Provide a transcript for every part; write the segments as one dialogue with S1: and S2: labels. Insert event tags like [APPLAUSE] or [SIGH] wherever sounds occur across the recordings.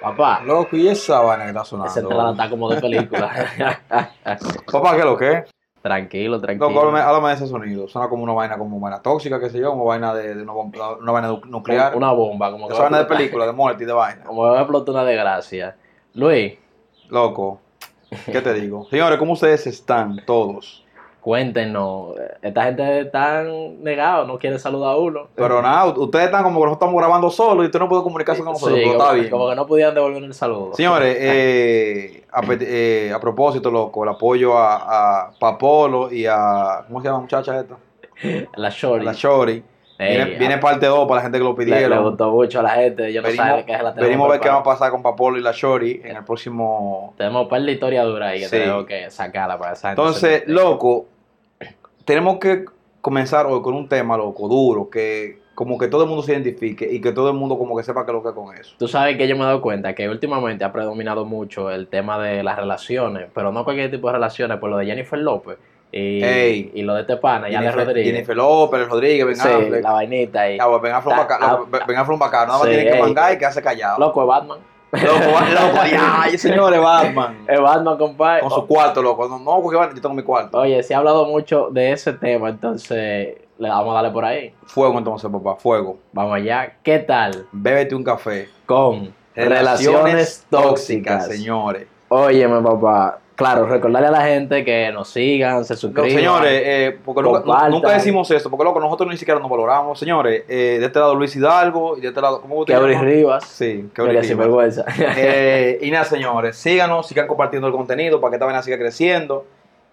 S1: papá.
S2: Loco, ¿y esa vaina que está
S1: Esa entrada
S2: sonando?
S1: está como de película.
S2: Papá, ¿qué es lo que es?
S1: [LAUGHS] tranquilo, tranquilo.
S2: Loco, háblame, háblame de ese sonido. Suena como una vaina, como vaina tóxica, qué sé yo, como vaina de, de una, bomba- una vaina nu- nuclear.
S1: Una bomba, como que
S2: Esa
S1: va a
S2: vaina de
S1: explotar-
S2: película, de muerte y de vaina.
S1: Como va a explotar una desgracia. Luis,
S2: Loco, ¿qué te
S1: [LAUGHS]
S2: digo? Señores, ¿cómo ustedes están todos?
S1: cuéntenos. Esta gente está negada, no quiere saludar a uno.
S2: Pero nada, ustedes están como que nosotros estamos grabando solos y usted no puede comunicarse con nosotros,
S1: Sí,
S2: pero
S1: como,
S2: está bien.
S1: como que no podían devolver el saludo. [LAUGHS]
S2: Señores, eh, a, pe- eh, a propósito, loco, el apoyo a, a Papolo y a. ¿Cómo se llama la muchacha esta?
S1: La shorty.
S2: La Shori.
S1: Ey,
S2: Viene, viene parte 2 para la gente que lo
S1: le, le
S2: pidieron.
S1: gustó mucho a la gente. Yo no
S2: Venimos-
S1: saben qué es la
S2: Venimos a ver qué va a
S1: preparada.
S2: pasar con Papolo y la Shori en el próximo.
S1: Tenemos un par de historias duras ahí que
S2: Sí.
S1: tenemos que sacarla para esa gente.
S2: Entonces, loco, tenemos que comenzar hoy con un tema, loco, duro, que como que todo el mundo se identifique y que todo el mundo como que sepa qué es lo que es con eso.
S1: Tú sabes que yo me he dado cuenta que últimamente ha predominado mucho el tema de las relaciones, pero no cualquier tipo de relaciones, por lo de Jennifer López y,
S2: Ey.
S1: y lo de este pana, y Ale
S2: Jennifer,
S1: Rodríguez.
S2: Jennifer López, Rodríguez, Ben
S1: sí,
S2: Affleck.
S1: la vainita y
S2: Ah, bueno, Ben Affleck
S1: Ta-
S2: bacano, loco, Ben- Ben Affleck bacano, nada más
S1: Sí,
S2: tiene que
S1: ey.
S2: mangar y quedarse callado.
S1: loco es Batman.
S2: Loco, va- loco, ay, señores,
S1: [LAUGHS]
S2: Batman.
S1: Es Batman, compadre.
S2: Con su cuarto, loco. No, no, porque Batman, yo tengo mi cuarto.
S1: Oye, se ha hablado mucho de ese tema, entonces le vamos a darle por ahí.
S2: Fuego entonces, papá, fuego.
S1: Vamos allá. ¿Qué tal
S2: Bébete un café.
S1: con relaciones, tóxicas?
S2: señores.
S1: Óyeme, papá. Claro, recordarle a la gente que nos sigan, se
S2: No,
S1: suscriban.
S2: señores, eh, porque nunca,
S1: Compartan.
S2: nunca decimos esto, porque loco, nosotros ni siquiera nos valoramos. Señores, eh, de este lado Luis Hidalgo y de este lado, ¿cómo te
S1: que Auris
S2: llamas?
S1: Rivas.
S2: Sí, que
S1: que
S2: Auris Rivas.
S1: sinvergüenza.
S2: [LAUGHS] Eh, y nada, señores, síganos, sigan compartiendo el contenido para que esta vaina siga creciendo.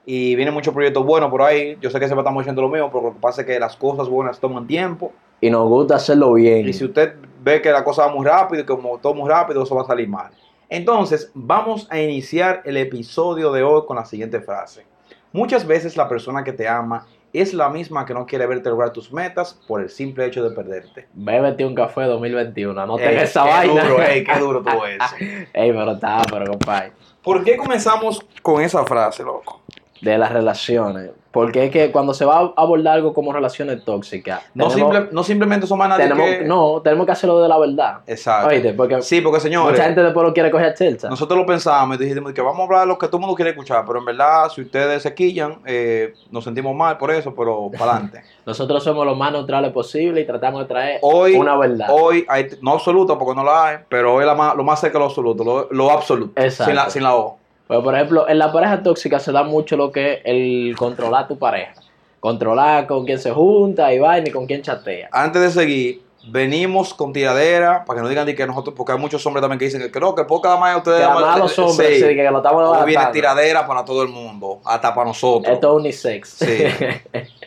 S2: Y vienen muchos proyectos buenos por ahí. Yo sé que siempre estamos haciendo lo mismo, pero lo que pasa es que las cosas buenas toman tiempo.
S1: y nos gusta hacerlo bien.
S2: Y si usted ve que la cosa va muy rápido y que como todo muy rápido, eso va a salir mal. Entonces, vamos a iniciar el episodio de hoy con la siguiente frase. Muchas veces la persona que te ama es la misma que no quiere verte lograr tus metas por el simple hecho de perderte.
S1: Bébete un café 2021, anoten
S2: Ey,
S1: esa
S2: Eh, qué
S1: vaina.
S2: Duro, ey, qué duro tú eso.
S1: [LAUGHS] Ey, pero está, pero compadre.
S2: ¿Por qué comenzamos con esa frase, loco?
S1: De las relaciones. Porque es que cuando se va a abordar algo como relaciones tóxicas,
S2: No, simple- no simplemente somos nadie
S1: tenemos,
S2: que...
S1: no, tenemos que hacerlo de la verdad.
S2: Exacto.
S1: Oíste, porque
S2: Sí, porque señores,
S1: mucha gente después lo quiere coger a chelcha.
S2: Nosotros lo pensábamos y dijimos que vamos a hablar lo que todo el mundo quiere escuchar, pero en verdad, si ustedes se quillan, eh, nos sentimos mal por
S1: [LAUGHS]
S2: eso, pero para adelante.
S1: Nosotros somos lo más neutrales posible y tratamos de traer
S2: Hoy,
S1: una verdad.
S2: hoy hay, no absoluto porque no la hay, pero hoy la más- lo más cerca de lo absoluto, lo, lo absoluto,
S1: Exacto.
S2: sin la, sin la O.
S1: Pues, por ejemplo, en la pareja tóxica se da mucho lo que es el controlar a tu pareja. Controlar con quién se junta y vaina y con quién chatea.
S2: Antes de seguir, venimos con tiradera, para que no digan de que nosotros, porque hay muchos hombres también que dicen que, que no, que poca dama es ustedes.
S1: Que
S2: nada más-
S1: además los hombres,
S2: Sí.
S1: sí, que lo estamos
S2: Hoy viene
S1: levantando.
S2: tiradera para todo el mundo, hasta para nosotros.
S1: Esto es unisex.
S2: Sí.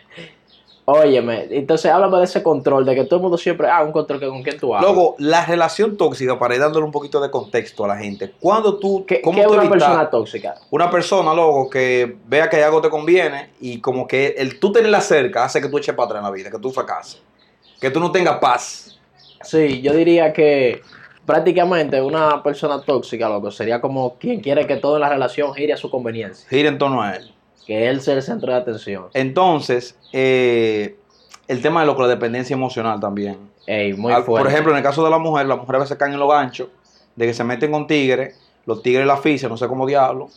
S1: [LAUGHS] Óyeme, entonces háblame de ese control, de que todo el mundo siempre, ah, un control que con quién tú hablas.
S2: Luego, la relación tóxica, para ir dándole un poquito de contexto a la gente. Cuando tú,
S1: ¿Qué,
S2: ¿cómo
S1: qué es
S2: tú
S1: una
S2: evitas-
S1: persona tóxica?
S2: una persona, loco, que vea que algo te conviene y como que el tú tenerla cerca hace que tú eches para atrás en la vida, que tú fracases, que tú no tengas paz.
S1: Sí, yo diría que prácticamente una persona tóxica, loco, sería como quien quiere que todo en la relación gire a su conveniencia,
S2: Gira en torno a él.
S1: que él sea el centro de atención.
S2: Entonces, eh, el tema de loco, la dependencia emocional también.
S1: Ey, muy
S2: Ah,
S1: fuerte.
S2: Por ejemplo, en el caso de la mujer, las mujeres a veces caen en los ganchos de que se meten con tigres, los tigres la asfixian, no sé cómo diablo,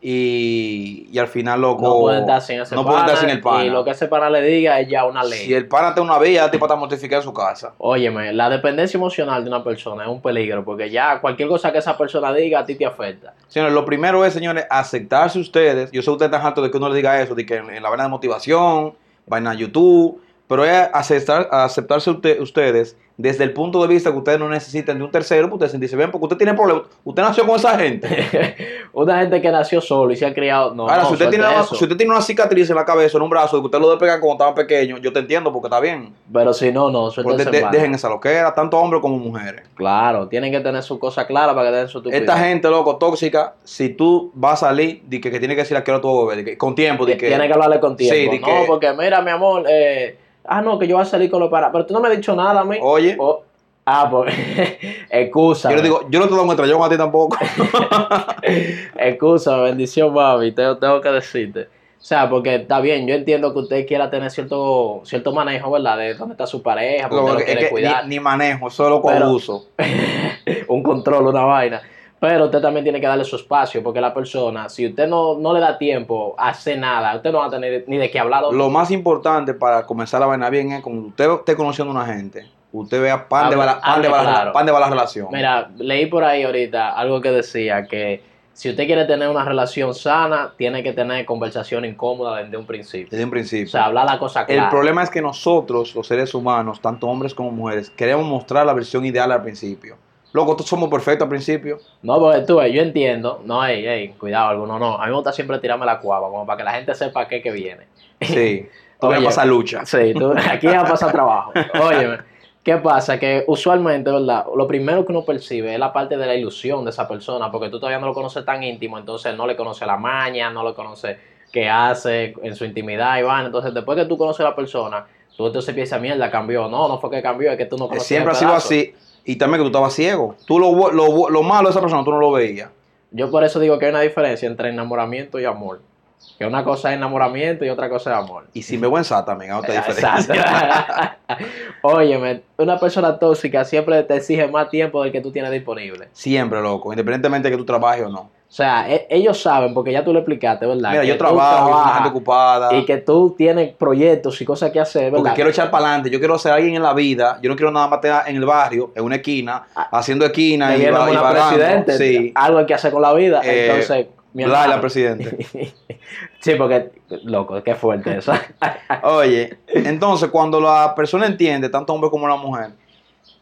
S2: y, y al final, loco,
S1: no pueden estar sin ese
S2: no
S1: pana,
S2: pueden estar sin el pana.
S1: Y lo que ese pana le diga es ya una ley.
S2: si el pana tiene una villa, la tipa está mortificada en su casa.
S1: Óyeme, la dependencia emocional de una persona es un peligro, porque ya cualquier cosa que esa persona diga a ti te afecta.
S2: Señores, lo primero es, señores, aceptarse ustedes. Yo sé que ustedes están hartos de que uno les diga eso, de que en, en la vaina de motivación, vaina de YouTube, pero es aceptar, aceptarse usted- ustedes desde el punto de vista que ustedes no necesitan de un tercero, porque ustedes se dicen, bien, porque usted tiene problemas, usted nació con esa
S1: [LAUGHS]
S2: gente.
S1: Una gente que nació solo y se ha criado. No,
S2: Ahora,
S1: no,
S2: si, usted
S1: suelte
S2: tiene una,
S1: eso.
S2: si usted tiene una cicatriz en la cabeza, en un brazo, de que usted lo despegan cuando estaba pequeño, yo te entiendo porque está bien.
S1: Pero si no, no,
S2: Pero
S1: suelta
S2: de-
S1: ese
S2: de-
S1: pana.
S2: dejen esa loquera, tanto hombres como mujeres.
S1: Claro, tienen que tener su cosa clara para que den su
S2: Esta gente, loco, tóxica, si tú vas a salir, di que, que tiene que decir a qué hora tú vas a beber, di que- con tiempo, di que...
S1: Tiene que hablarle con
S2: Sí,
S1: tiempo.
S2: di
S1: no,
S2: que-
S1: porque mira, mi amor, eh, ah, no, que yo voy a salir con los para. Pero tú no me has dicho nada a mí.
S2: Oye,
S1: Oh, ah, pues, [LAUGHS] excusa.
S2: Yo le digo, yo no te doy un estrellón
S1: Ah,
S2: a ti tampoco.
S1: Excusa, bendición, mami, te- tengo que decirte. O sea, porque está bien, yo entiendo que usted quiera tener cierto, cierto manejo, ¿verdad? De dónde está su pareja, porque
S2: [LAUGHS]
S1: usted
S2: Lo-
S1: lo
S2: es
S1: quiere
S2: que
S1: cuidar.
S2: ni, ni manejo, solo con
S1: Pero-
S2: uso.
S1: un control, una vaina. Pero usted también tiene que darle su espacio, porque la persona, si usted no, no le da tiempo a hacer nada, usted no va a tener ni de qué hablar.
S2: Lo más importante para comenzar la vaina bien es cuando usted esté conociendo a una gente, usted vea pan de
S1: Hable-
S2: va la, pan
S1: hable
S2: de va la-
S1: claro.
S2: pan de va la relación.
S1: Mira, leí por ahí ahorita algo que decía que si usted quiere tener una relación sana, tiene que tener conversación incómoda desde un principio.
S2: Desde un
S1: O
S2: principio.
S1: sea, hablar la cosa
S2: el
S1: clara.
S2: problema es que nosotros, los seres humanos, tanto hombres como mujeres, queremos mostrar la versión ideal al principio. Loco, todos somos perfectos
S1: [LAUGHS]
S2: al principio.
S1: No, porque tú, ves, yo entiendo. No, ey, ey, cuidado, alguno no. A mí me gusta siempre tirarme la cuava, como para que la gente sepa qué que viene.
S2: Sí. Tú
S1: Oye.
S2: vas a lucha.
S1: Sí, [LAUGHS] tú, aquí ya pasa trabajo. Óyeme, ¿qué pasa? Que usualmente, ¿verdad? Lo primero que uno percibe es la parte de la ilusión de esa persona, porque tú todavía no lo conoces tan íntimo, entonces no le conoces la maña, no le conoces qué hace en su intimidad, Iván. Entonces, después que tú conoces a la persona, tú entonces piensas, mierda, cambió. No, no fue que cambió, es que tú no
S2: Eh,
S1: conoces
S2: Siempre ha sido así. Y también que tú estabas ciego. Tú lo, bu- lo, bu- lo malo de esa persona, tú no lo veías.
S1: Yo por eso digo que hay una diferencia entre enamoramiento y amor. Que una cosa es enamoramiento y otra cosa es amor.
S2: Y sin vergüenza
S1: [LAUGHS]
S2: también, a otra diferencia.
S1: Exacto. [LAUGHS] Óyeme, una persona tóxica siempre te exige más tiempo del que tú tienes disponible.
S2: Siempre, loco. Independientemente de que tú trabajes o no.
S1: O sea, e- ellos saben, porque ya tú lo explicaste, ¿verdad?
S2: Mira,
S1: Que
S2: yo
S1: tú
S2: trabajo, yo soy una gente
S1: trabajas
S2: ocupada.
S1: y que tú tienes proyectos y cosas que hacer,
S2: Porque
S1: ¿verdad?
S2: quiero echar para adelante, yo quiero ser alguien en la vida, yo no quiero nada más estar en el barrio, en una esquina, haciendo esquina y,
S1: Debiéramos
S2: va- y
S1: Ah, una
S2: vagando.
S1: presidente,
S2: Sí,
S1: algo hay que hacer con la vida.
S2: Eh,
S1: Entonces, mi
S2: la, la
S1: hermano- [LAUGHS]
S2: presidente.
S1: Sí, porque, loco, qué fuerte
S2: [LAUGHS]
S1: eso.
S2: Oye, entonces cuando la persona entiende, tanto hombre como la mujer,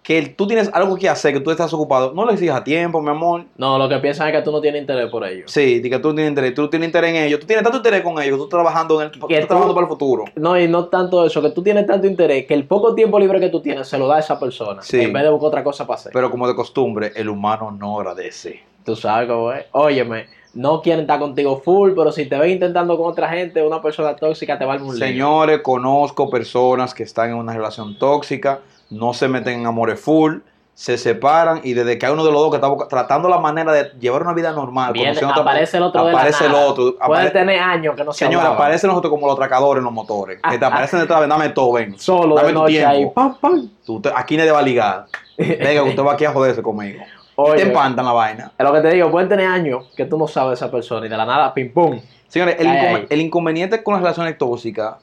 S2: que el- tú tienes algo que hacer, que tú estás ocupado, no le exijas tiempo, mi amor.
S1: No, lo que piensan es que tú no tienes interés por ellos.
S2: Sí, di que tú tienes interés, tú tienes interés en ellos, tú tienes tanto interés con ellos, tú estás trabajando, en el, tú
S1: Que
S2: estás trabajando
S1: tú-
S2: para el futuro.
S1: No, y no tanto eso, que tú tienes tanto interés que el poco tiempo libre que tú tienes se lo da a esa persona
S2: Sí.
S1: en vez de buscar otra cosa para hacer.
S2: Pero como de costumbre, el humano no agradece.
S1: Tú sabes cómo es. Óyeme, no quieren estar contigo full, pero si te ves intentando con otra gente, una persona tóxica te va a armar un lío.
S2: Señores, conozco personas que están en una relación tóxica, no se meten en amores full, se separan y desde que hay uno de los dos que está busca- tratando la manera de llevar una vida normal,
S1: Viene-
S2: conociendo a otra-
S1: aparece el otro de la
S2: aparece el
S1: nada.
S2: otro,
S1: Puede
S2: apare-
S1: tener años que no se
S2: Señores,
S1: hablaban.
S2: aparecen nosotros como los atracadores en los motores. Que te
S1: Ah,
S2: aparecen detrás, ven, dame todo, ven.
S1: solo
S2: dame
S1: de
S2: tu
S1: noche
S2: tiempo.
S1: ahí. Pam, pam.
S2: Tú te- aquí nadie va a ligar.
S1: [LAUGHS]
S2: Venga, usted va aquí a joderse conmigo. Y te
S1: Oye,
S2: empantan la vaina.
S1: es lo que te digo, pueden tener años que tú no sabes de esa persona y de la nada, pim pum.
S2: Señores, el,
S1: Ay,
S2: inconven-
S1: ay.
S2: el inconveniente con las relaciones tóxicas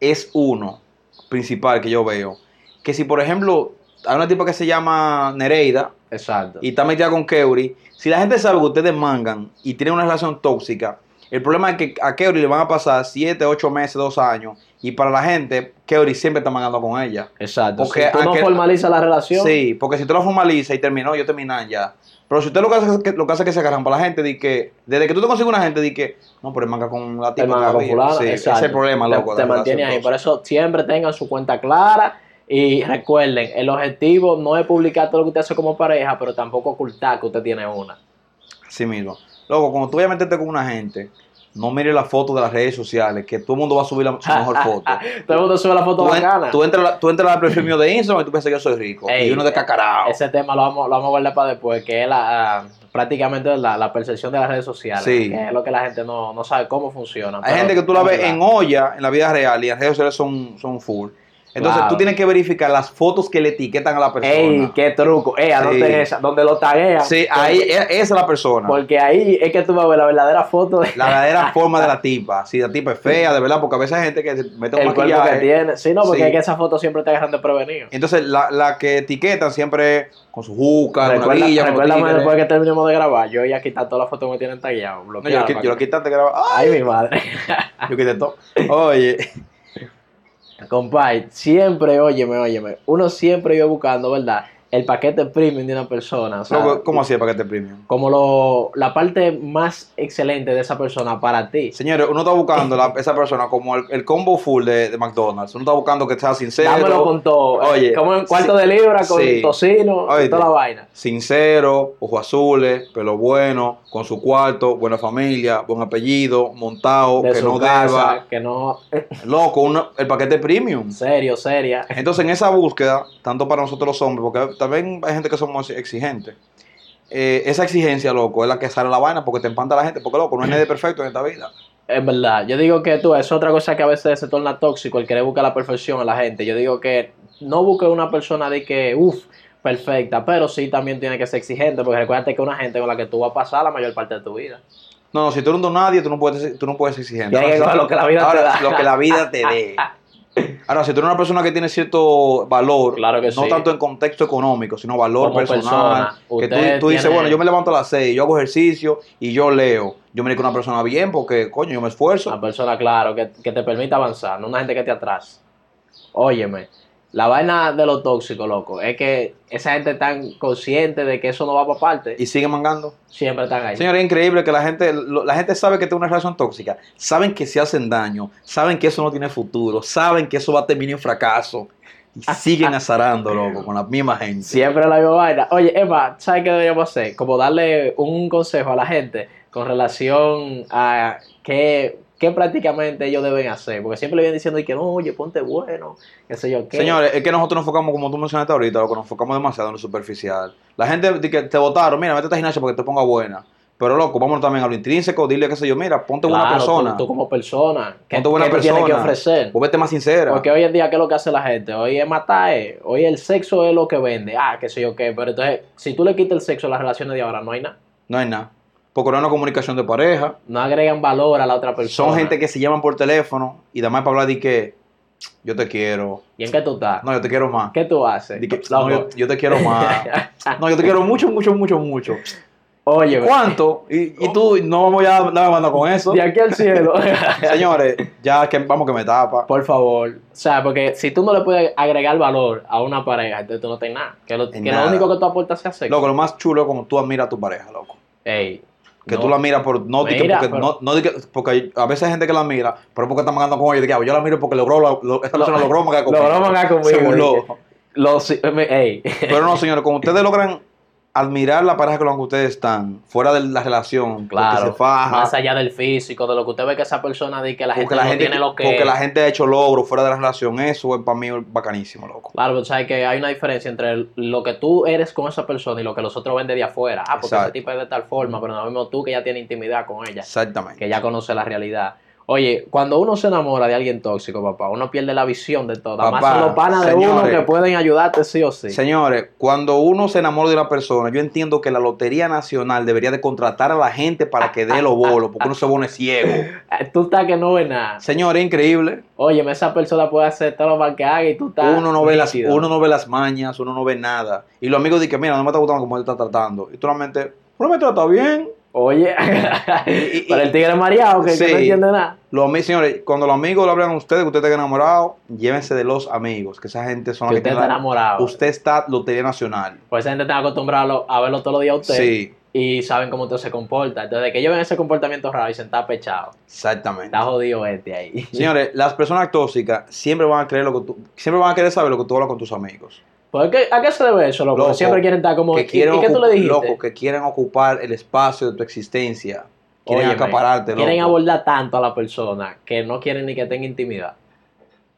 S2: es uno principal que yo veo. Que si, por ejemplo, hay una tipa que se llama Nereida
S1: Exacto.
S2: y está metida con Keuri, si la gente sabe que ustedes mangan y tienen una relación tóxica, el problema es que a Keuri le van a pasar 7, 8 meses, 2 años. Y para la gente, Keuri siempre está mangando con ella.
S1: Exacto.
S2: Porque
S1: si tú no
S2: aquel-
S1: formalizas la relación,
S2: Sí, porque si tú la formalizas y terminó, yo terminan ya. Pero si usted lo que hace es que, lo que, hace es que se agarran para la gente, di que, desde que tú te consigues una gente, di que, no, pero es manga con la
S1: te
S2: tipa
S1: manda con
S2: todavía".
S1: fulano.
S2: Sí, ese
S1: exacto.
S2: es el problema,
S1: Te-
S2: loco.
S1: Te,
S2: de la
S1: mantiene ahí.
S2: relación
S1: Por eso siempre tengan su cuenta clara. Y recuerden, el objetivo no es publicar todo lo que usted hace como pareja, pero tampoco ocultar que usted tiene una.
S2: tóxica. Así mismo. Loco, cuando tú vayas a meterte con una gente, no mire la foto de las redes sociales, que todo el mundo va a subir la, su
S1: Ah,
S2: mejor foto.
S1: Todo el mundo sube la foto
S2: tú, en-
S1: bacana.
S2: tú entras, a la- tú entras al perfil mío de Instagram y tú piensas que yo soy rico.
S1: Ey,
S2: y uno de cacarao.
S1: Ese tema lo vamos, lo vamos a guardar para después, que es la, ah, prácticamente la, la percepción de las redes sociales,
S2: Sí.
S1: que es lo que la gente no, no sabe cómo funciona.
S2: Hay
S1: pero
S2: gente que tú la
S1: es
S2: ves
S1: verdad.
S2: en olla, en la vida real, y las redes sociales son, son full. Entonces
S1: Claro.
S2: tú tienes que verificar las fotos que le etiqueten a la persona.
S1: ¡Ey, qué truco! ¡Ey, anoten
S2: Sí.
S1: esa! Donde lo taguean.
S2: Sí, ahí, e- esa es la persona.
S1: Porque ahí es que tú vas a ver la verdadera foto de
S2: La verdadera [LAUGHS] forma de la tipa. Si la tipa es fea, de verdad, porque a veces hay gente que se mete un
S1: el cuerpo que
S2: maquillaje.
S1: tiene. Sí, no, porque
S2: Sí.
S1: es que esa foto siempre te agarran de prevenido.
S2: Entonces, la, la que etiquetan siempre es con su juca, con una
S1: Recuerda,
S2: villa, con
S1: recuérdame
S2: tigres.
S1: después que terminemos de grabar. Yo voy a quitar todas las fotos que me tienen tagueado.
S2: No, yo,
S1: bloqueadas
S2: lo quité-
S1: para
S2: yo lo
S1: que-
S2: quité antes de grabar.
S1: Ay, mi madre. [LAUGHS]
S2: ¡Ah! Yo quité todo. Oye,
S1: Compay, siempre, óyeme, óyeme. Uno siempre iba buscando, ¿verdad? El paquete premium de una persona. O sea,
S2: loco, ¿cómo hacía para que te premium?
S1: como lo, la parte más excelente de esa persona para ti.
S2: Señores, uno está buscando la- esa persona como el, el combo full de, de McDonald's. Uno está buscando que sea sincero.
S1: Dámelo con todo.
S2: Oye,
S1: Como en cuarto de libra, con
S2: sí.
S1: tocino, con
S2: Oye.
S1: toda la vaina.
S2: sincero, ojos azules, pelo bueno, con su cuarto, buena familia, buen apellido, montado,
S1: De
S2: que
S1: su
S2: no
S1: casa,
S2: deba.
S1: que no.
S2: Loco, uno- el paquete premium.
S1: Serio, seria.
S2: Entonces, en esa búsqueda, tanto para nosotros los hombres, porque también hay gente que somos exigentes, eh, esa exigencia, loco, es la que sale la vaina porque te empanta la gente, porque, loco, no hay nadie perfecto en esta vida.
S1: Es verdad. Yo digo que tú, es otra cosa que a veces se torna tóxico el querer buscar la perfección a la gente. Yo digo que no busque una persona de que, uff, perfecta, pero sí también tiene que ser exigente, porque recuérdate que es una gente con la que tú vas a pasar la mayor parte de tu vida.
S2: No, si tú eres un don nadie, tú no puedes, ser- tú no puedes ser exigente.
S1: Tienes que
S2: Ahora,
S1: coger lo que la vida te
S2: ahora,
S1: da.
S2: Lo que la vida
S1: [LAUGHS]
S2: te dé. Ahora, si tú eres una persona que tiene cierto valor,
S1: Claro que
S2: no
S1: sí.
S2: tanto en contexto económico, sino valor
S1: Como
S2: personal,
S1: persona,
S2: que tú,
S1: usted
S2: tú dices,
S1: tiene-
S2: bueno, yo me levanto a las 6, yo hago ejercicio y yo leo. Yo me con una persona bien porque, coño, yo me esfuerzo.
S1: Una persona, claro, que, que te permita avanzar, no una gente que te atrase. Óyeme, la vaina de lo tóxico, loco, es que esa gente tan consciente de que eso no va para parte,
S2: y sigue mangando.
S1: siempre están ahí.
S2: Señores, es increíble que la gente, lo- la gente sabe que tiene una relación tóxica, saben que se hacen daño, saben que eso no tiene futuro, saben que eso va a terminar en fracaso
S1: [LAUGHS]
S2: y siguen azarando, loco, con la misma gente.
S1: Siempre la misma vaina. Oye, Eva, ¿sabes qué deberíamos hacer? Como darle un consejo a la gente con relación a qué, qué prácticamente ellos deben hacer. Porque siempre le vienen diciendo, y que no, oye, ponte bueno, qué sé yo qué.
S2: Señores, es que nosotros nos enfocamos, como tú mencionaste ahorita, lo que nos enfocamos demasiado en lo superficial. La gente di que te votaron, mira, métete a gimnasia para que te ponga buena. Pero loco, vámonos también a lo intrínseco, dile qué sé yo, mira, ponte
S1: Claro,
S2: buena
S1: tú-
S2: persona,
S1: Tú, como persona, ¿qué,
S2: Ponte buena
S1: qué tú tienes que
S2: persona.
S1: ofrecer?
S2: o vete más sincera.
S1: Porque hoy en día, ¿qué es lo que hace la gente? Hoy es matar, eh. hoy el sexo es lo que vende. Ah, qué sé yo qué. Pero entonces, si tú le quitas el sexo a las relaciones de ahora, no hay nada.
S2: No hay nada. Porque no hay una comunicación de pareja.
S1: No agregan valor a la otra persona.
S2: Son gente que se llaman por teléfono y además para hablar de que yo te quiero.
S1: ¿Y en qué tú estás?
S2: No, yo te quiero más.
S1: ¿Qué tú haces?
S2: Di que,
S1: Loco.
S2: no, yo, yo te
S1: [LAUGHS]
S2: quiero más. No, yo te quiero mucho, mucho, mucho, mucho.
S1: Oye, güey,
S2: ¿Cuánto? Y, y tú no voy a andar mandando con eso.
S1: de aquí al cielo. [LAUGHS]
S2: Señores, ya que vamos que me tapa.
S1: Por favor. O sea, porque si tú no le puedes agregar valor a una pareja, entonces tú no tienes nada. Que lo,
S2: En
S1: que
S2: nada.
S1: lo único que tú aportas es sexo.
S2: Loco, lo más chulo es cuando tú admiras a tu pareja, loco.
S1: Ey,
S2: Que
S1: no.
S2: tú la miras por, no, di que
S1: Mira,
S2: porque,
S1: pero-
S2: no, no di que- porque a veces hay gente que la mira, pero porque está mandando con ella. di que, ah, yo la miro porque logró, la- lo- esta
S1: Lo-
S2: persona
S1: [LAUGHS]
S2: logró mangar conmigo.
S1: Logró mangar conmigo,
S2: Se burló.
S1: dije. Los,
S2: [LAUGHS]
S1: ey.
S2: Pero no, señores, cuando ustedes logran admirar la pareja con la que ustedes están, fuera de la relación,
S1: [LAUGHS]
S2: porque
S1: Claro.
S2: se faja,
S1: Más allá del físico, de lo que usted ve que esa persona dice que la gente
S2: porque, la
S1: no
S2: gente,
S1: tiene lo que.
S2: porque la gente ha hecho logro fuera de la relación, eso es para mí bacanísimo, loco.
S1: Claro, pero sabes que hay una diferencia entre lo que tú eres con esa persona y lo que los otros ven de afuera. Ah, porque
S2: Exacto.
S1: ese tipo es de tal forma, pero no mismo tú que ya tienes intimidad con ella,
S2: Exactamente.
S1: que ya conoce la realidad. Oye, cuando uno se enamora de alguien tóxico, papá, uno pierde la visión de todo. Además,
S2: Papá,
S1: son los panas de uno
S2: señores.
S1: que pueden ayudarte sí o sí.
S2: Señores, cuando uno se enamora de una persona, yo entiendo que la Lotería Nacional debería de contratar a la gente para que dé los bolos, porque uno se pone ciego.
S1: Eh, Tú estás que no ves nada.
S2: Señores, es increíble.
S1: Óyeme, esa persona puede hacer todo lo mal que haga y tú estás.
S2: Uno no, ve las,
S1: nítido.
S2: uno no ve las mañas, uno no ve nada. Y los amigos dicen, mira, no me está gustando cómo él está tratando. Y tú realmente, pero me trata bien.
S1: Oye, [LAUGHS]
S2: Y- y-
S1: para el tigre mareado que, que
S2: Sí.
S1: no entiende nada.
S2: Los amigos, señores, cuando los amigos le hablan a ustedes que usted está enamorado, llévense de los amigos, que esa gente son
S1: Que
S2: las
S1: usted está
S2: que tienen la-
S1: enamorado.
S2: Usted está Lotería Nacional.
S1: Pues esa gente está acostumbrada a, lo- a verlo todos los días a usted.
S2: Sí,
S1: y saben cómo tú se comporta. Entonces, de que ellos ven ese comportamiento raro y dicen, está pechado,
S2: exactamente.
S1: está jodido este ahí.
S2: Señores, las personas tóxicas siempre van a creer lo que tú, siempre van a querer saber lo que tú hablas con tus amigos.
S1: [LAUGHS] ¿Por qué, ¿A qué se debe eso, loco?
S2: Loco,
S1: Siempre quieren estar como,
S2: que
S1: ¿y,
S2: quieren
S1: y qué tú
S2: ocu-
S1: le dijiste?
S2: Loco, que quieren ocupar el espacio de tu existencia. Quieren
S1: Óyeme,
S2: acapararte,
S1: Quieren
S2: loco.
S1: abordar tanto a la persona que no quieren ni que tenga intimidad.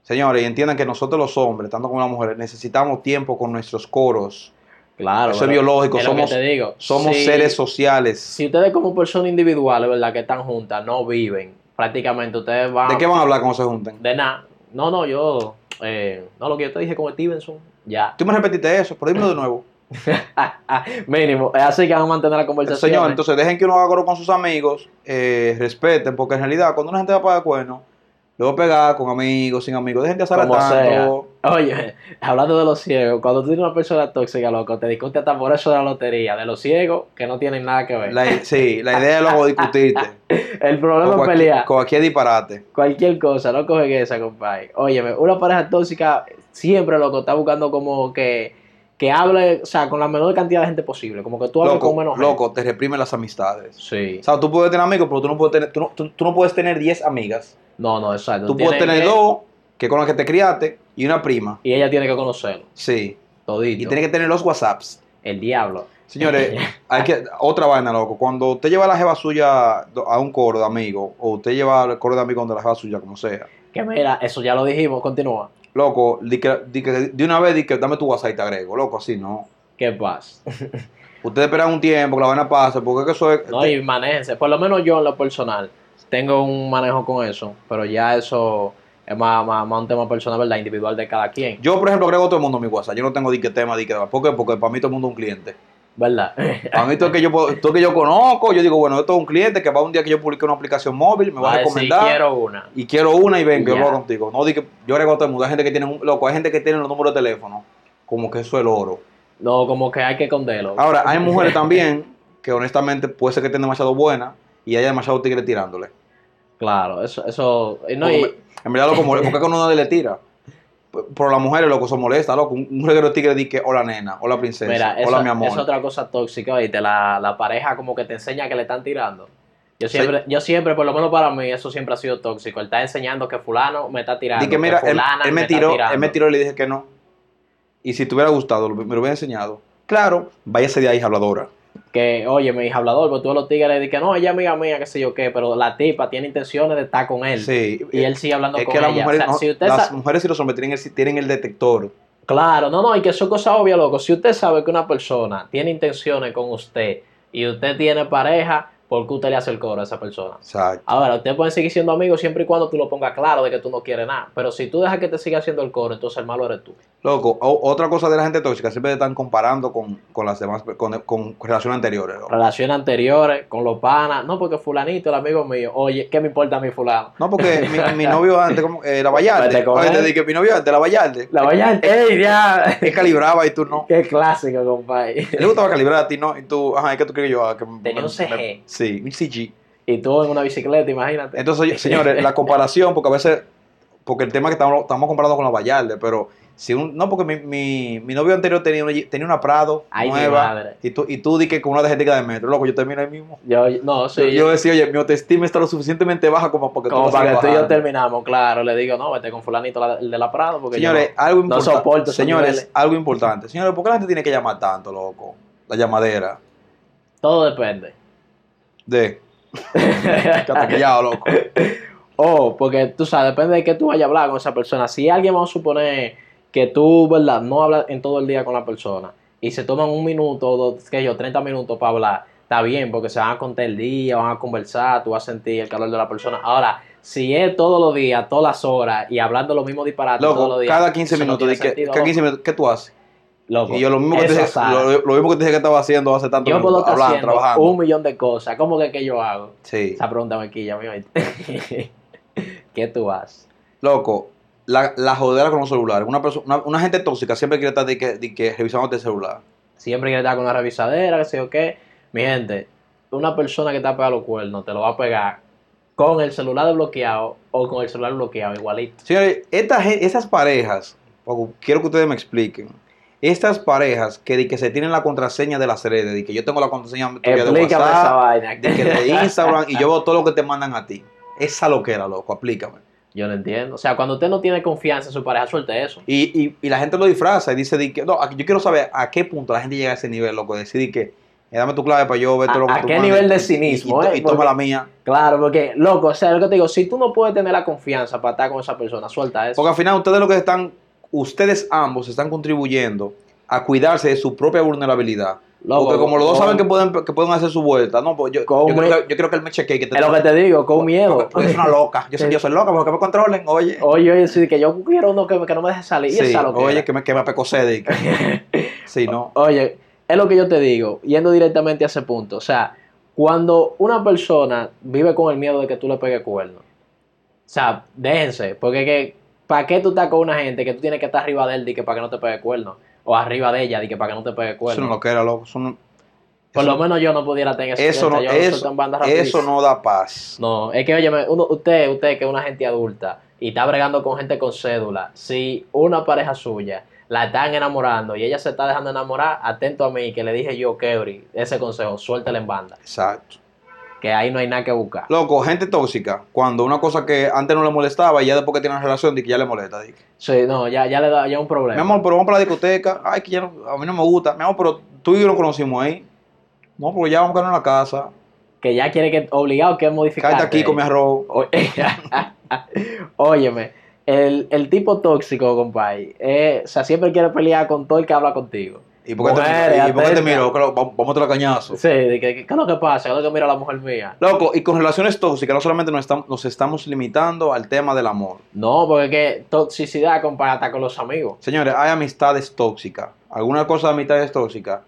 S2: Señores, y entiendan que nosotros los hombres, tanto como las mujeres, necesitamos tiempo con nuestros coros.
S1: Claro.
S2: Eso es
S1: pero
S2: biológico,
S1: es lo que
S2: somos-
S1: te digo.
S2: Somos
S1: Si-
S2: seres sociales.
S1: Si ustedes como personas individuales, ¿verdad? Que están juntas, no viven, prácticamente ustedes van...
S2: ¿De qué van a hablar cuando se junten?
S1: De nada. No, no, yo... eh, no, lo que yo te dije con Stevenson, ya. [LAUGHS]
S2: Tú me repetiste eso, pero dímelo de nuevo.
S1: Mínimo. Es así que van a mantener la conversación.
S2: Señor,
S1: ¿eh?
S2: entonces dejen que uno haga coro con sus amigos, eh, respeten, porque en realidad cuando una gente va para el cuerno, luego pegar con amigos, sin amigos, dejen de hacer
S1: Como
S2: tanto.
S1: Oye, hablando de los ciegos, cuando tú tienes una persona tóxica, loco, te discute hasta por eso de la lotería, de los ciegos que no tienen nada que ver.
S2: La- sí, la idea
S1: [LAUGHS]
S2: es luego discutirte.
S1: El
S2: Con
S1: problema es
S2: cualquier,
S1: pelear.
S2: con cualquier disparate.
S1: Cualquier cosa, no cogen esa, compadre. Óyeme, una pareja tóxica siempre, loco, está buscando como que, que hable, o sea, con la menor cantidad de gente posible. Como que tú hables con
S2: Loco,
S1: menos gente.
S2: loco, te reprimen las amistades.
S1: Sí.
S2: O sea, tú puedes tener amigos, pero tú no puedes tener, tú no, tú- tú no puedes tener 10 amigas.
S1: No, no, exacto.
S2: Tú puedes
S1: Tiene
S2: tener
S1: que-
S2: dos, que con las que te criaste, y una prima.
S1: Y ella tiene que conocerlo,
S2: Sí.
S1: todito.
S2: Y tienes que tener los WhatsApps.
S1: El diablo.
S2: Señores, hay que, otra vaina, loco. Cuando usted lleva a la jeva suya a un coro de amigos, o usted lleva al coro de amigos donde la jeva suya, como sea,
S1: Que mira, eso ya lo dijimos, continúa.
S2: loco, di que- di que- de una vez di que dame tu WhatsApp y te agrego, loco, así no.
S1: ¿Qué pasa?
S2: Ustedes esperan un tiempo que la vaina pase, porque es que eso es. [LAUGHS]
S1: No, y manéjense. Por lo menos yo en lo personal. tengo un manejo con eso, pero ya eso es más, más, más un tema personal, ¿verdad? Individual de cada quien,
S2: Yo, por ejemplo, agrego a todo el mundo en mi WhatsApp. Yo no tengo di que tema, di que ¿Por qué? Porque para mí todo el mundo es un cliente.
S1: ¿verdad? [LAUGHS]
S2: Para mí todo el que yo, puedo- todo el que yo conozco, yo digo, bueno, esto es un cliente que va un día que yo publique una aplicación móvil, me va a
S1: decir,
S2: recomendar.
S1: quiero una.
S2: Y quiero una y vengo, yo
S1: Ya.
S2: hablo contigo. No di que yo agrego a todo el mundo. Hay gente que tiene un loco, hay gente que tiene los números de teléfono. Como que eso es el oro.
S1: No, como que hay que esconderlo.
S2: Ahora, hay mujeres también
S1: [LAUGHS]
S2: que honestamente puede ser que estén demasiado buenas y haya demasiado tigre tirándole.
S1: Claro, eso, eso, y no,
S2: Porque
S1: y,
S2: me- en verdad, loco, mole- porque con uno le tira. P- Pero las mujeres, loco, son molestas, loco. Un un reguero de tigre di que hola nena, hola princesa,
S1: mira,
S2: hola
S1: eso,
S2: mi amor.
S1: es otra cosa tóxica, ¿viste? La, la pareja como que te enseña que le están tirando. Yo siempre, yo siempre, por lo menos para mí, eso siempre ha sido tóxico. Él está enseñando que fulano me está tirando,
S2: Di que mira, él,
S1: fulana
S2: él me
S1: está
S2: tiró, él
S1: tirando.
S2: me tiró y le dije que no. Y si te hubiera gustado, lo- me lo hubiera enseñado. Claro, váyase de ahí, habladora.
S1: que, oye, mi hija hablador, pero tú a los tigres dices que no, ella es amiga mía, qué sé yo qué, pero la tipa tiene intenciones de estar con él.
S2: Sí.
S1: Y él sigue hablando
S2: es
S1: con
S2: que las
S1: ella.
S2: mujeres,
S1: O sea,
S2: no,
S1: si usted
S2: las
S1: sa-
S2: mujeres y los hombres tienen el, tienen el detector.
S1: Claro, no, no, y que eso es cosa obvia, loco. Si usted sabe que una persona tiene intenciones con usted y usted tiene pareja, ¿por qué usted le hace el coro a esa persona?
S2: Exacto.
S1: Ahora, ustedes pueden seguir siendo amigos siempre y cuando tú lo pongas claro de que tú no quieres nada. Pero si tú dejas que te siga haciendo el coro, entonces el malo eres tú.
S2: Loco, o- otra cosa de la gente tóxica, siempre te están comparando con, con las demás, con, con relaciones anteriores. loco.
S1: Relaciones anteriores, con los panas, no, porque fulanito, el amigo mío, oye, ¿qué me importa a mi fulano?
S2: No, porque mi, mi novio antes, como, eh, la Vallarde.
S1: Vete con
S2: Oye,
S1: él.
S2: desde que mi novio antes, la Vallarde.
S1: La vaya, ey, ya. [LAUGHS]
S2: Él calibraba y tú no.
S1: Qué clásico, compadre.
S2: Él le gustaba calibrar a ti, ¿no? Y tú, ajá, ¿y qué tú crees que yo haga? Que me-
S1: Tenía un CG.
S2: me- sí, un CG.
S1: Y tú en una bicicleta, imagínate.
S2: Entonces, oye, señores, la comparación, porque a veces, porque el tema es que estamos, estamos comparando con la Vallarde, pero si un, no, porque mi, mi, mi novio anterior tenía una, tenía una Prado
S1: Ay, mi
S2: nueva.
S1: madre.
S2: Y tú, y tú di que con una tarjeta de metro, loco, yo termino ahí mismo.
S1: Yo, no, sí.
S2: Yo- Yo decía, oye, mi autoestima está lo suficientemente baja como para que
S1: como
S2: vas a
S1: para que tú y yo
S2: bajarte.
S1: terminamos, claro. Le digo, no, vete con fulanito, la- el de la Prado, porque yo
S2: Señores, algo
S1: no
S2: importante.
S1: soporto esos
S2: Señores,
S1: niveles.
S2: algo importante. Señores, ¿por qué la gente tiene que llamar tanto, loco? La llamadera.
S1: no- todo depende.
S2: De.
S1: [LAUGHS]
S2: Cataquillado, loco.
S1: O, Oh, porque tú sabes, depende de que tú vayas a hablar con esa persona. Si alguien, vamos a suponer que tú, ¿verdad? No hablas en todo el día con la persona y se toman un minuto, dos, que yo, 30 minutos para hablar, está bien, porque se van a contar el día, van a conversar, tú vas a sentir el calor de la persona. Ahora, si es todos los días, todas las horas y hablando los mismos disparates todos los
S2: Loco,
S1: días.
S2: cada 15
S1: eso no
S2: minutos.
S1: tiene
S2: di que-
S1: sentido,
S2: cada
S1: loco.
S2: 15 minutos, ¿qué tú haces?
S1: Loco,
S2: Y yo lo mismo, que te
S1: eso
S2: dije,
S1: sabe.
S2: lo, lo mismo que te dije que estaba haciendo hace tanto
S1: Yo
S2: tiempo,
S1: puedo estar
S2: hablando,
S1: haciendo
S2: trabajando.
S1: un millón de cosas. ¿Cómo que, que yo hago?
S2: Sí.
S1: Esa pregunta me quilla, mi oíste. [LAUGHS] ¿Qué tú haces?
S2: Loco, la, la jodera con los celulares. Una, persona, una, una gente tóxica siempre quiere estar di que, di que revisándote el celular.
S1: Siempre que estar con una revisadera, qué sé yo qué. Mi gente, una persona que te ha pegado los cuernos te lo va a pegar con el celular desbloqueado o con el celular bloqueado, igualito.
S2: Señores, estas gen- estas parejas, ojo, quiero que ustedes me expliquen. Estas parejas que, di que se tienen la contraseña de las redes, de que yo tengo la contraseña tuya de
S1: Explícame esa
S2: WhatsApp,
S1: vaina.
S2: de, que de Instagram, y yo veo todo lo que te mandan a ti. Esa loquera, loco, aplícame.
S1: [LAUGHS] Yo no entiendo. O sea, cuando usted no tiene confianza en su pareja, suelte eso.
S2: Y, y, y la gente lo disfraza y dice, di que, no, aquí- yo quiero saber a qué punto la gente llega a ese nivel, loco, de decir di que, eh, dame tu clave para yo ver todo
S1: ¿A-
S2: lo que
S1: a
S2: tú
S1: qué
S2: mandes
S1: nivel de
S2: y- y-
S1: cinismo,
S2: Y,
S1: eh?
S2: y toma
S1: Porque-
S2: la mía.
S1: Claro, porque, loco, o sea, lo que te digo, si tú no puedes tener la confianza para estar con esa persona, suelta eso.
S2: Porque al final ustedes lo que están, ustedes ambos están contribuyendo a cuidarse de su propia vulnerabilidad.
S1: Loco,
S2: Porque como los dos
S1: con-
S2: saben que pueden, que pueden hacer su vuelta, no, pues yo, yo
S1: ¿Cómo
S2: creo,
S1: es?
S2: que, yo creo que él me chequee. Que te-
S1: Es lo que te digo, con
S2: porque-
S1: miedo.
S2: Porque, porque
S1: [LAUGHS]
S2: es una loca. Yo soy, yo soy loca, porque me controlen, oye.
S1: Oye, oye, sí, que yo quiero uno que, que no me deje salir. y
S2: Sí,
S1: esa loquera.
S2: oye, que me, que me apecocede y que-
S1: [LAUGHS]
S2: sí, no.
S1: Oye, es lo que yo te digo, yendo directamente a ese punto. O sea, cuando una persona vive con el miedo de que tú le pegues cuerno, o sea, déjense, porque que, ¿para qué tú estás con una gente que tú tienes que estar arriba de él de que para que no te pegue cuerno? O arriba de ella de que para que no te pegue
S2: Eso no
S1: cuerno.
S2: lo que era, loco. Eso no,
S1: Por
S2: eso-
S1: lo menos yo no pudiera tener ese
S2: eso no,
S1: cuenta, yo lo
S2: eso-
S1: suelto en banda
S2: eso
S1: rapidísimo.
S2: no da paz.
S1: No, es que, oye, usted, usted que es una gente adulta y está bregando con gente con cédula, si una pareja suya la están enamorando y ella se está dejando enamorar, atento a mí que le dije yo, Kevri, ese consejo, suéltala en banda,
S2: Exacto.
S1: que ahí no hay nada que buscar.
S2: Loco, gente tóxica, cuando una cosa que antes no le molestaba y ya después que tiene una relación, di que ya le molesta. di que,
S1: Sí, no, ya, ya le da ya un problema.
S2: Mi amor, pero vamos para la discoteca. Ay, que ya no- a mí no me gusta. Mi amor, pero tú y yo nos conocimos ahí. No, pero ya vamos a quedarnos en la casa.
S1: Que ya quiere que, obligado que modificar.
S2: Cállate
S1: [LAUGHS]
S2: aquí con mi arroz.
S1: O- Óyeme, el, el tipo tóxico, compadre, eh, o sea, siempre quiere pelear con todo el que habla contigo.
S2: ¿Y por qué
S1: Mujeres,
S2: te, y por qué te
S1: atenta.
S2: miro? Claro, Vamos vamos a otro cañazo.
S1: Sí, de que, que- ¿qué es lo que pasa? ¿Qué es lo que mira la mujer mía?
S2: Loco, y con relaciones tóxicas, no solamente nos estamos, nos estamos limitando al tema del amor.
S1: No, porque es que toxicidad comparada con los amigos.
S2: Señores, hay amistades tóxicas. Alguna cosa de amistades tóxicas.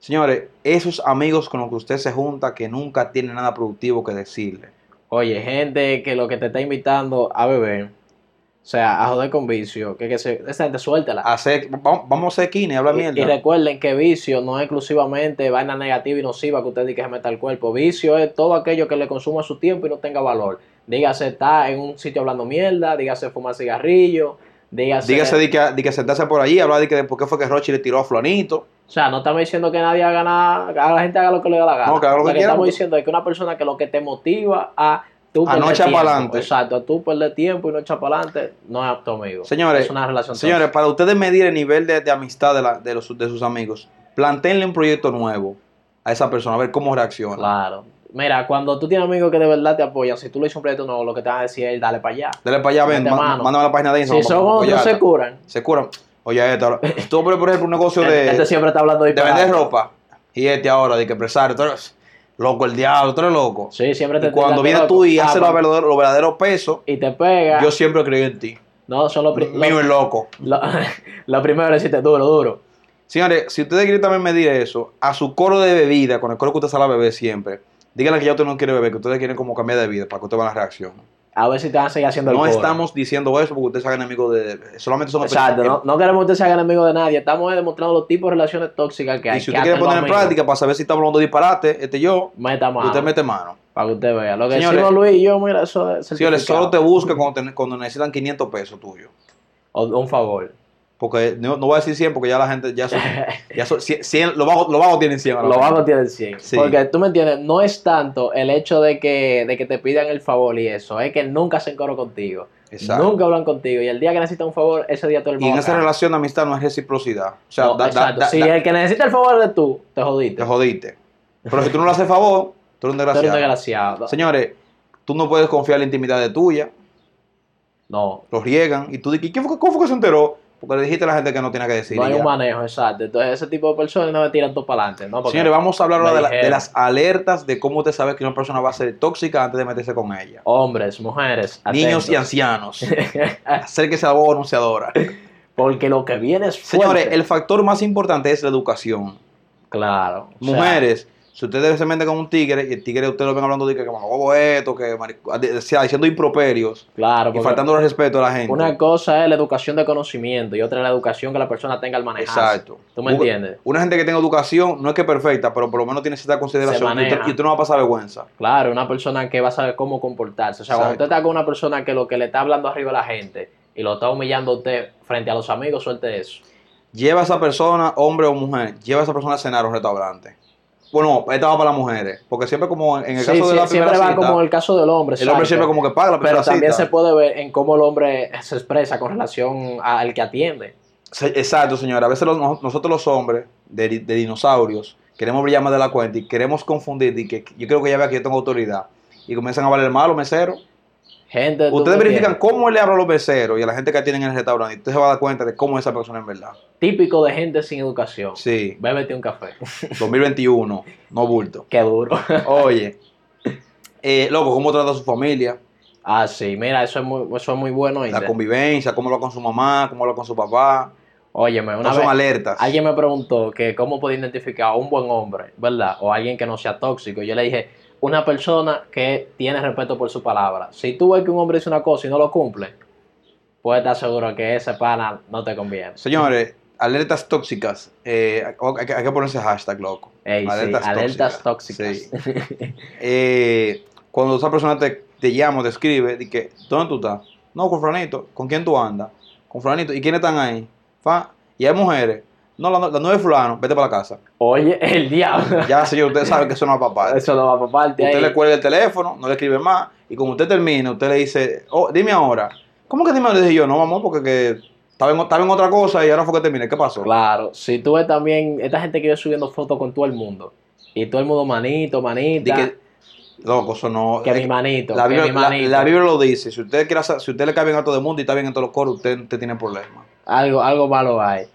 S2: Señores, esos amigos con los que usted se junta que nunca tienen nada productivo que decirle.
S1: Oye, gente que lo que te está invitando a beber, o sea, a joder con vicio, que, que se, esa gente suéltala.
S2: Hacer, vamos, vamos a ser kines, habla
S1: Y,
S2: mierda.
S1: y recuerden que vicio no es exclusivamente vaina negativa y nociva que usted diga que se meta al cuerpo. Vicio es todo aquello que le consuma su tiempo y no tenga valor. Dígase estar en un sitio hablando mierda, dígase fumar cigarrillo, dígase...
S2: Dígase de que, de que sentarse por allí, hablar de que de por qué fue que Rochi le tiró a Flanito.
S1: O sea, no estamos diciendo que nadie haga nada, que la gente haga lo que le da la gana.
S2: No, que haga lo que quiera,
S1: estamos
S2: porque-
S1: diciendo es que una persona que lo que te motiva a tú
S2: A no echar
S1: tiempo,
S2: pa'lante.
S1: Exacto, a tú perder tiempo y no echar para adelante, no es apto amigo.
S2: Señores,
S1: es una relación
S2: Señores, para ustedes medir el nivel de, de amistad de, la- de los, de sus amigos, planteenle un proyecto nuevo a esa persona, a ver cómo
S1: tóxica.
S2: reacciona.
S1: Claro. Mira, cuando tú tienes amigos que de verdad te apoyan, si tú le dices un proyecto nuevo, lo que te van a decir es dale para allá.
S2: Dale para allá, ven,
S1: Mete
S2: má-
S1: mano.
S2: mándame la página de Instagram.
S1: Si
S2: para- para
S1: somos, no se
S2: apoyarla.
S1: curan.
S2: Se curan. Oye,
S1: [LAUGHS]
S2: este ahora. Tú, por por ejemplo, un negocio de,
S1: Este, este siempre está hablando
S2: de
S1: disparate.
S2: vender ropa. Y este ahora, de que empresario, tú eres loco, el diablo, tú eres loco.
S1: Sí, siempre te
S2: Y
S1: estoy
S2: cuando
S1: dando
S2: vienes
S1: loco.
S2: tú y
S1: Ah,
S2: haces los
S1: cuando-
S2: verdaderos los verdaderos pesos,
S1: y te pega.
S2: yo siempre creí en ti.
S1: No, son los pri-
S2: Mío es loco.
S1: lo, [LAUGHS] lo primero es decirte duro, duro.
S2: Señores, si ustedes quieren también medir eso, a su coro de bebida, con el coro que usted sale a beber siempre, díganle que ya usted no quiere beber, que ustedes quieren como cambiar de vida para que usted vea la reacción.
S1: A ver si te van a seguir haciendo el
S2: No
S1: coro.
S2: estamos diciendo eso porque ustedes sean enemigos de... Solamente somos
S1: Exacto, no,
S2: personas
S1: no queremos que usted se haga enemigo de nadie. Estamos eh, demostrando los tipos de relaciones tóxicas que
S2: que-
S1: hay.
S2: Y si
S1: que
S2: usted quiere
S1: hacen los
S2: poner en
S1: amigos.
S2: práctica para saber si está hablando disparate, este yo,
S1: meta mano,
S2: usted mete mano.
S1: para que usted vea. Lo que
S2: Señores-
S1: decimos Luis y yo, mira, eso es
S2: Señores,
S1: certificado.
S2: solo te busca cuando, te- cuando necesitan 500 pesos tuyos.
S1: O- un favor. [LAUGHS]
S2: Porque no, no voy a decir 100 porque ya la gente, ya son, ya son 100, 100, los bajos los bajos tienen 100. ahora
S1: Lo
S2: mismo.
S1: van a tienen 100.
S2: Sí.
S1: Porque tú me entiendes, no es tanto el hecho de que, de que te pidan el favor y eso, es que nunca hacen coro contigo.
S2: Exacto.
S1: Nunca hablan contigo. Y el día que necesitan un favor, ese día todo el
S2: Y en
S1: mundo.
S2: esa
S1: acaba.
S2: relación de amistad no es reciprocidad. O sea,
S1: No,
S2: da- da-
S1: exacto.
S2: da-
S1: si
S2: da-
S1: el que necesita el favor de tú, te jodiste.
S2: te jodiste. Pero si tú no le haces favor, tú eres
S1: Tú eres
S2: un
S1: un
S2: desgraciado.
S1: desgraciado.
S2: Señores, tú no puedes confiar en la intimidad de tuya,
S1: No,
S2: los riegan y tú dices, ¿quién fue, ¿cómo fue que se enteró? Porque le dijiste a la gente que no tenía que decir.
S1: no hay
S2: y ya.
S1: un manejo, exacto. Entonces, ese tipo de personas no me tiran todo para adelante. ¿no? Porque-
S2: Señores, vamos a hablar ahora
S1: Me
S2: de, la- de
S1: dijeron.
S2: las alertas de cómo te sabes que una persona va a ser tóxica antes de meterse con ella.
S1: hombres, mujeres,
S2: Niños y
S1: atentos. [LAUGHS]
S2: ancianos. Acérquese a la voz anunciadora.
S1: Porque lo que viene es fuerte.
S2: Señores, el factor más importante es la educación.
S1: Claro. o sea,
S2: Mujeres, si ustedes se meten con un tigre y el tigre ustedes lo ven hablando de que como esto, que marico- de- o sea, diciendo improperios
S1: claro,
S2: y
S1: porque
S2: faltando el respeto a la gente.
S1: una cosa es la educación de conocimiento y otra es la educación que la persona tenga al manejarse.
S2: Exacto.
S1: ¿Tú me
S2: Bu-
S1: entiendes?
S2: Una gente que tenga educación no es que perfecta, pero por lo menos tiene cierta
S1: Se
S2: consideración y
S1: maneja.
S2: usted, y usted no va a pasar vergüenza.
S1: Claro, una persona que va a saber cómo comportarse. O sea, cuando
S2: Exacto.
S1: usted está con una persona que lo que le está hablando arriba a la gente y lo está humillando a usted frente a los amigos, suelte eso.
S2: Lleva a esa persona, hombre o mujer, lleva a esa persona a cenar a un restaurante. Bueno, esta va para las mujeres, porque siempre como en el
S1: Sí,
S2: caso de
S1: sí,
S2: la primera
S1: siempre va
S2: cita,
S1: como el caso del hombre.
S2: el hombre
S1: exacto.
S2: siempre como que paga la primera
S1: Pero también
S2: cita.
S1: se puede ver en cómo el hombre se expresa con relación al que atiende.
S2: Se- Exacto, señora. A veces los- nos- nosotros los hombres de, di- de dinosaurios queremos brillar más de la cuenta y queremos confundir y que yo creo que ya vea que yo tengo autoridad. Y comienzan a valer mal los meseros.
S1: Gente, tú
S2: Ustedes
S1: me
S2: verifican
S1: entiendes.
S2: cómo él le habla a los meseros y a la gente que tienen en el restaurante. Y usted se va a dar cuenta de cómo es esa persona en verdad.
S1: Típico de gente sin educación. [LAUGHS]
S2: Sí,
S1: Bébete un café.
S2: 2021, no bulto.
S1: Qué duro.
S2: Oye, eh, loco, cómo trata a su familia,
S1: Ah, sí, mira, eso es muy, eso es muy bueno.
S2: la
S1: ¿oíste?
S2: convivencia, cómo lo con su mamá, cómo lo con su papá.
S1: Óyeme, una
S2: No son
S1: vez
S2: alertas.
S1: alguien me preguntó que cómo podía identificar a un buen hombre, ¿verdad? O alguien que no sea tóxico. Yo le dije, una persona que tiene respeto por su palabra. Si tú ves que un hombre dice una cosa y no lo cumple, puedes estar seguro que ese pana no te conviene.
S2: Señores, alertas tóxicas. eh, hay, que- hay que ponerse hashtag, loco.
S1: Ey, sí,
S2: Alertas
S1: alertas, tóxicas.
S2: tóxicas. Eh, cuando esa persona te, te llama, te escribe, di que, ¿dónde tú estás? No, con Franito, ¿con quién tú andas? Con Franito, ¿y quiénes están ahí? Fa, y hay mujeres. No, la, la nueve fulano, vete para la casa.
S1: Oye, [LAUGHS] el diablo.
S2: Ya, señor, usted sabe que eso no es papá.
S1: Eso no va para parte.
S2: Usted
S1: ahí.
S2: le cuelga el teléfono, no le escribe más, y cuando usted termina, usted le dice, oh, dime ahora. ¿Cómo que dime ahora? Le dije yo, no, mamá, porque que estaba, en, estaba en otra cosa y ahora fue que terminé. ¿Qué pasó?
S1: Claro, si tú ves también esta gente que yo subiendo fotos con todo el mundo y todo el mundo manito,
S2: Di
S1: manita,
S2: que,
S1: que,
S2: loco, eso no... es-
S1: mi manito,
S2: La
S1: que mi
S2: Biblia, la-
S1: manito.
S2: la Biblia lo dice. Si usted, quiere hacer- si usted le cae bien a todo el mundo y está bien en todos los coros, usted, usted tiene problemas.
S1: Algo, algo malo hay.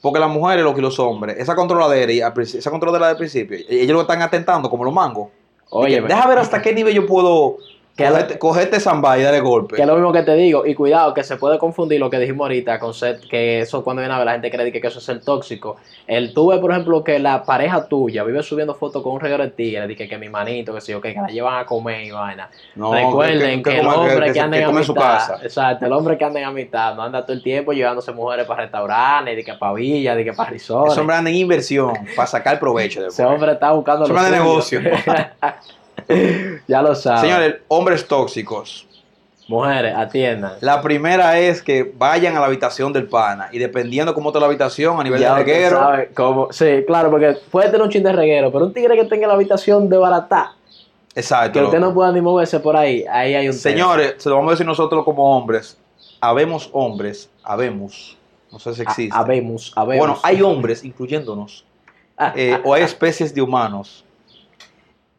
S2: Porque las mujeres, lo que los hombres, esa controladera, y al princi- esa controladera del principio, e, ellos lo están atentando como los mangos.
S1: Oye,
S2: Oye, deja este ver hasta qué nivel yo puedo
S1: [LAUGHS] Que la-
S2: cogerte, cogerte samba y darle golpe.
S1: Que es lo mismo que te digo, y cuidado, que se puede confundir lo que dijimos ahorita con ser, que eso cuando viene a ver la gente cree que, que eso es ser tóxico. El tú ves, por ejemplo, que la pareja tuya vive subiendo fotos con un reguero de tigre, de que, que mi manito, que sé yo, que, que la llevan a comer y vaina.
S2: No,
S1: Recuerden que, el
S2: coma-
S1: hombre que,
S2: que-
S1: anda
S2: que
S1: en
S2: come en su
S1: amistad,
S2: casa.
S1: exacto, el hombre que anda en amistad, no anda todo el tiempo llevándose mujeres para restaurantes, de que para Villa, de que para Arizona.
S2: Ese hombre anda en inversión para sacar provecho. del
S1: Ese hombre está buscando
S2: Ese
S1: lo
S2: hombre de
S1: suyo. [LAUGHS] ya lo saben.
S2: Señores, hombres tóxicos.
S1: Mujeres, atiendan.
S2: La primera es que vayan a la habitación del pana y dependiendo cómo está la habitación a nivel
S1: Ya
S2: de
S1: usted
S2: reguero,
S1: sabe cómo- Sí, claro, porque puede tener un chin de reguero, pero un tigre que tenga la habitación de barata,
S2: exacto.
S1: que usted no pueda ni moverse por ahí, ahí hay un tema.
S2: Señores, se lo vamos a decir nosotros como hombres. Habemos hombres, habemos. No sé si
S1: A-
S2: existe.
S1: habemos, habemos.
S2: bueno, hay
S1: [LAUGHS]
S2: hombres, incluyéndonos,
S1: Ah,
S2: eh, o hay especies de humanos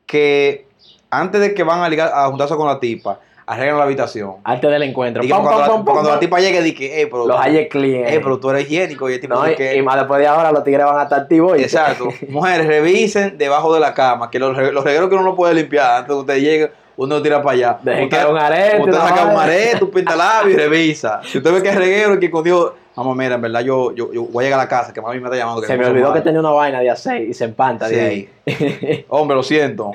S2: que antes de que van a, ligar, a juntarse con la tipa, arreglan la habitación.
S1: antes del encuentro.
S2: Y que
S1: Pam,
S2: cuando,
S1: pam,
S2: la,
S1: pam, pam,
S2: cuando la
S1: pam.
S2: tipa llegue, di que, "Ey, pero,
S1: los hay
S2: ey,
S1: clientes.
S2: pero tú eres higiénico y el tipo
S1: No,
S2: di
S1: y,
S2: que,
S1: y más después de ahora los tigres van a estar activos. ¿oíste? [LAUGHS]
S2: Exacto. [LAUGHS] Mujeres, revisen debajo de la cama, que los, re- los regueros que uno no puede limpiar antes de que usted llegue, uno lo tira para allá.
S1: Deje
S2: usted,
S1: caer un arete,
S2: Usted
S1: una
S2: saca un
S1: vaina.
S2: arete, un pintalabio y revisa. Si usted ve que es reguero y que con Dios, vamos, mira, en verdad yo, yo, yo voy a llegar a la casa, que mami me está llamando. Que
S1: Se me
S2: puso
S1: olvidó
S2: mal.
S1: que tenía una vaina de hacer y se empanta de ahí.
S2: Sí. Hombre, lo siento.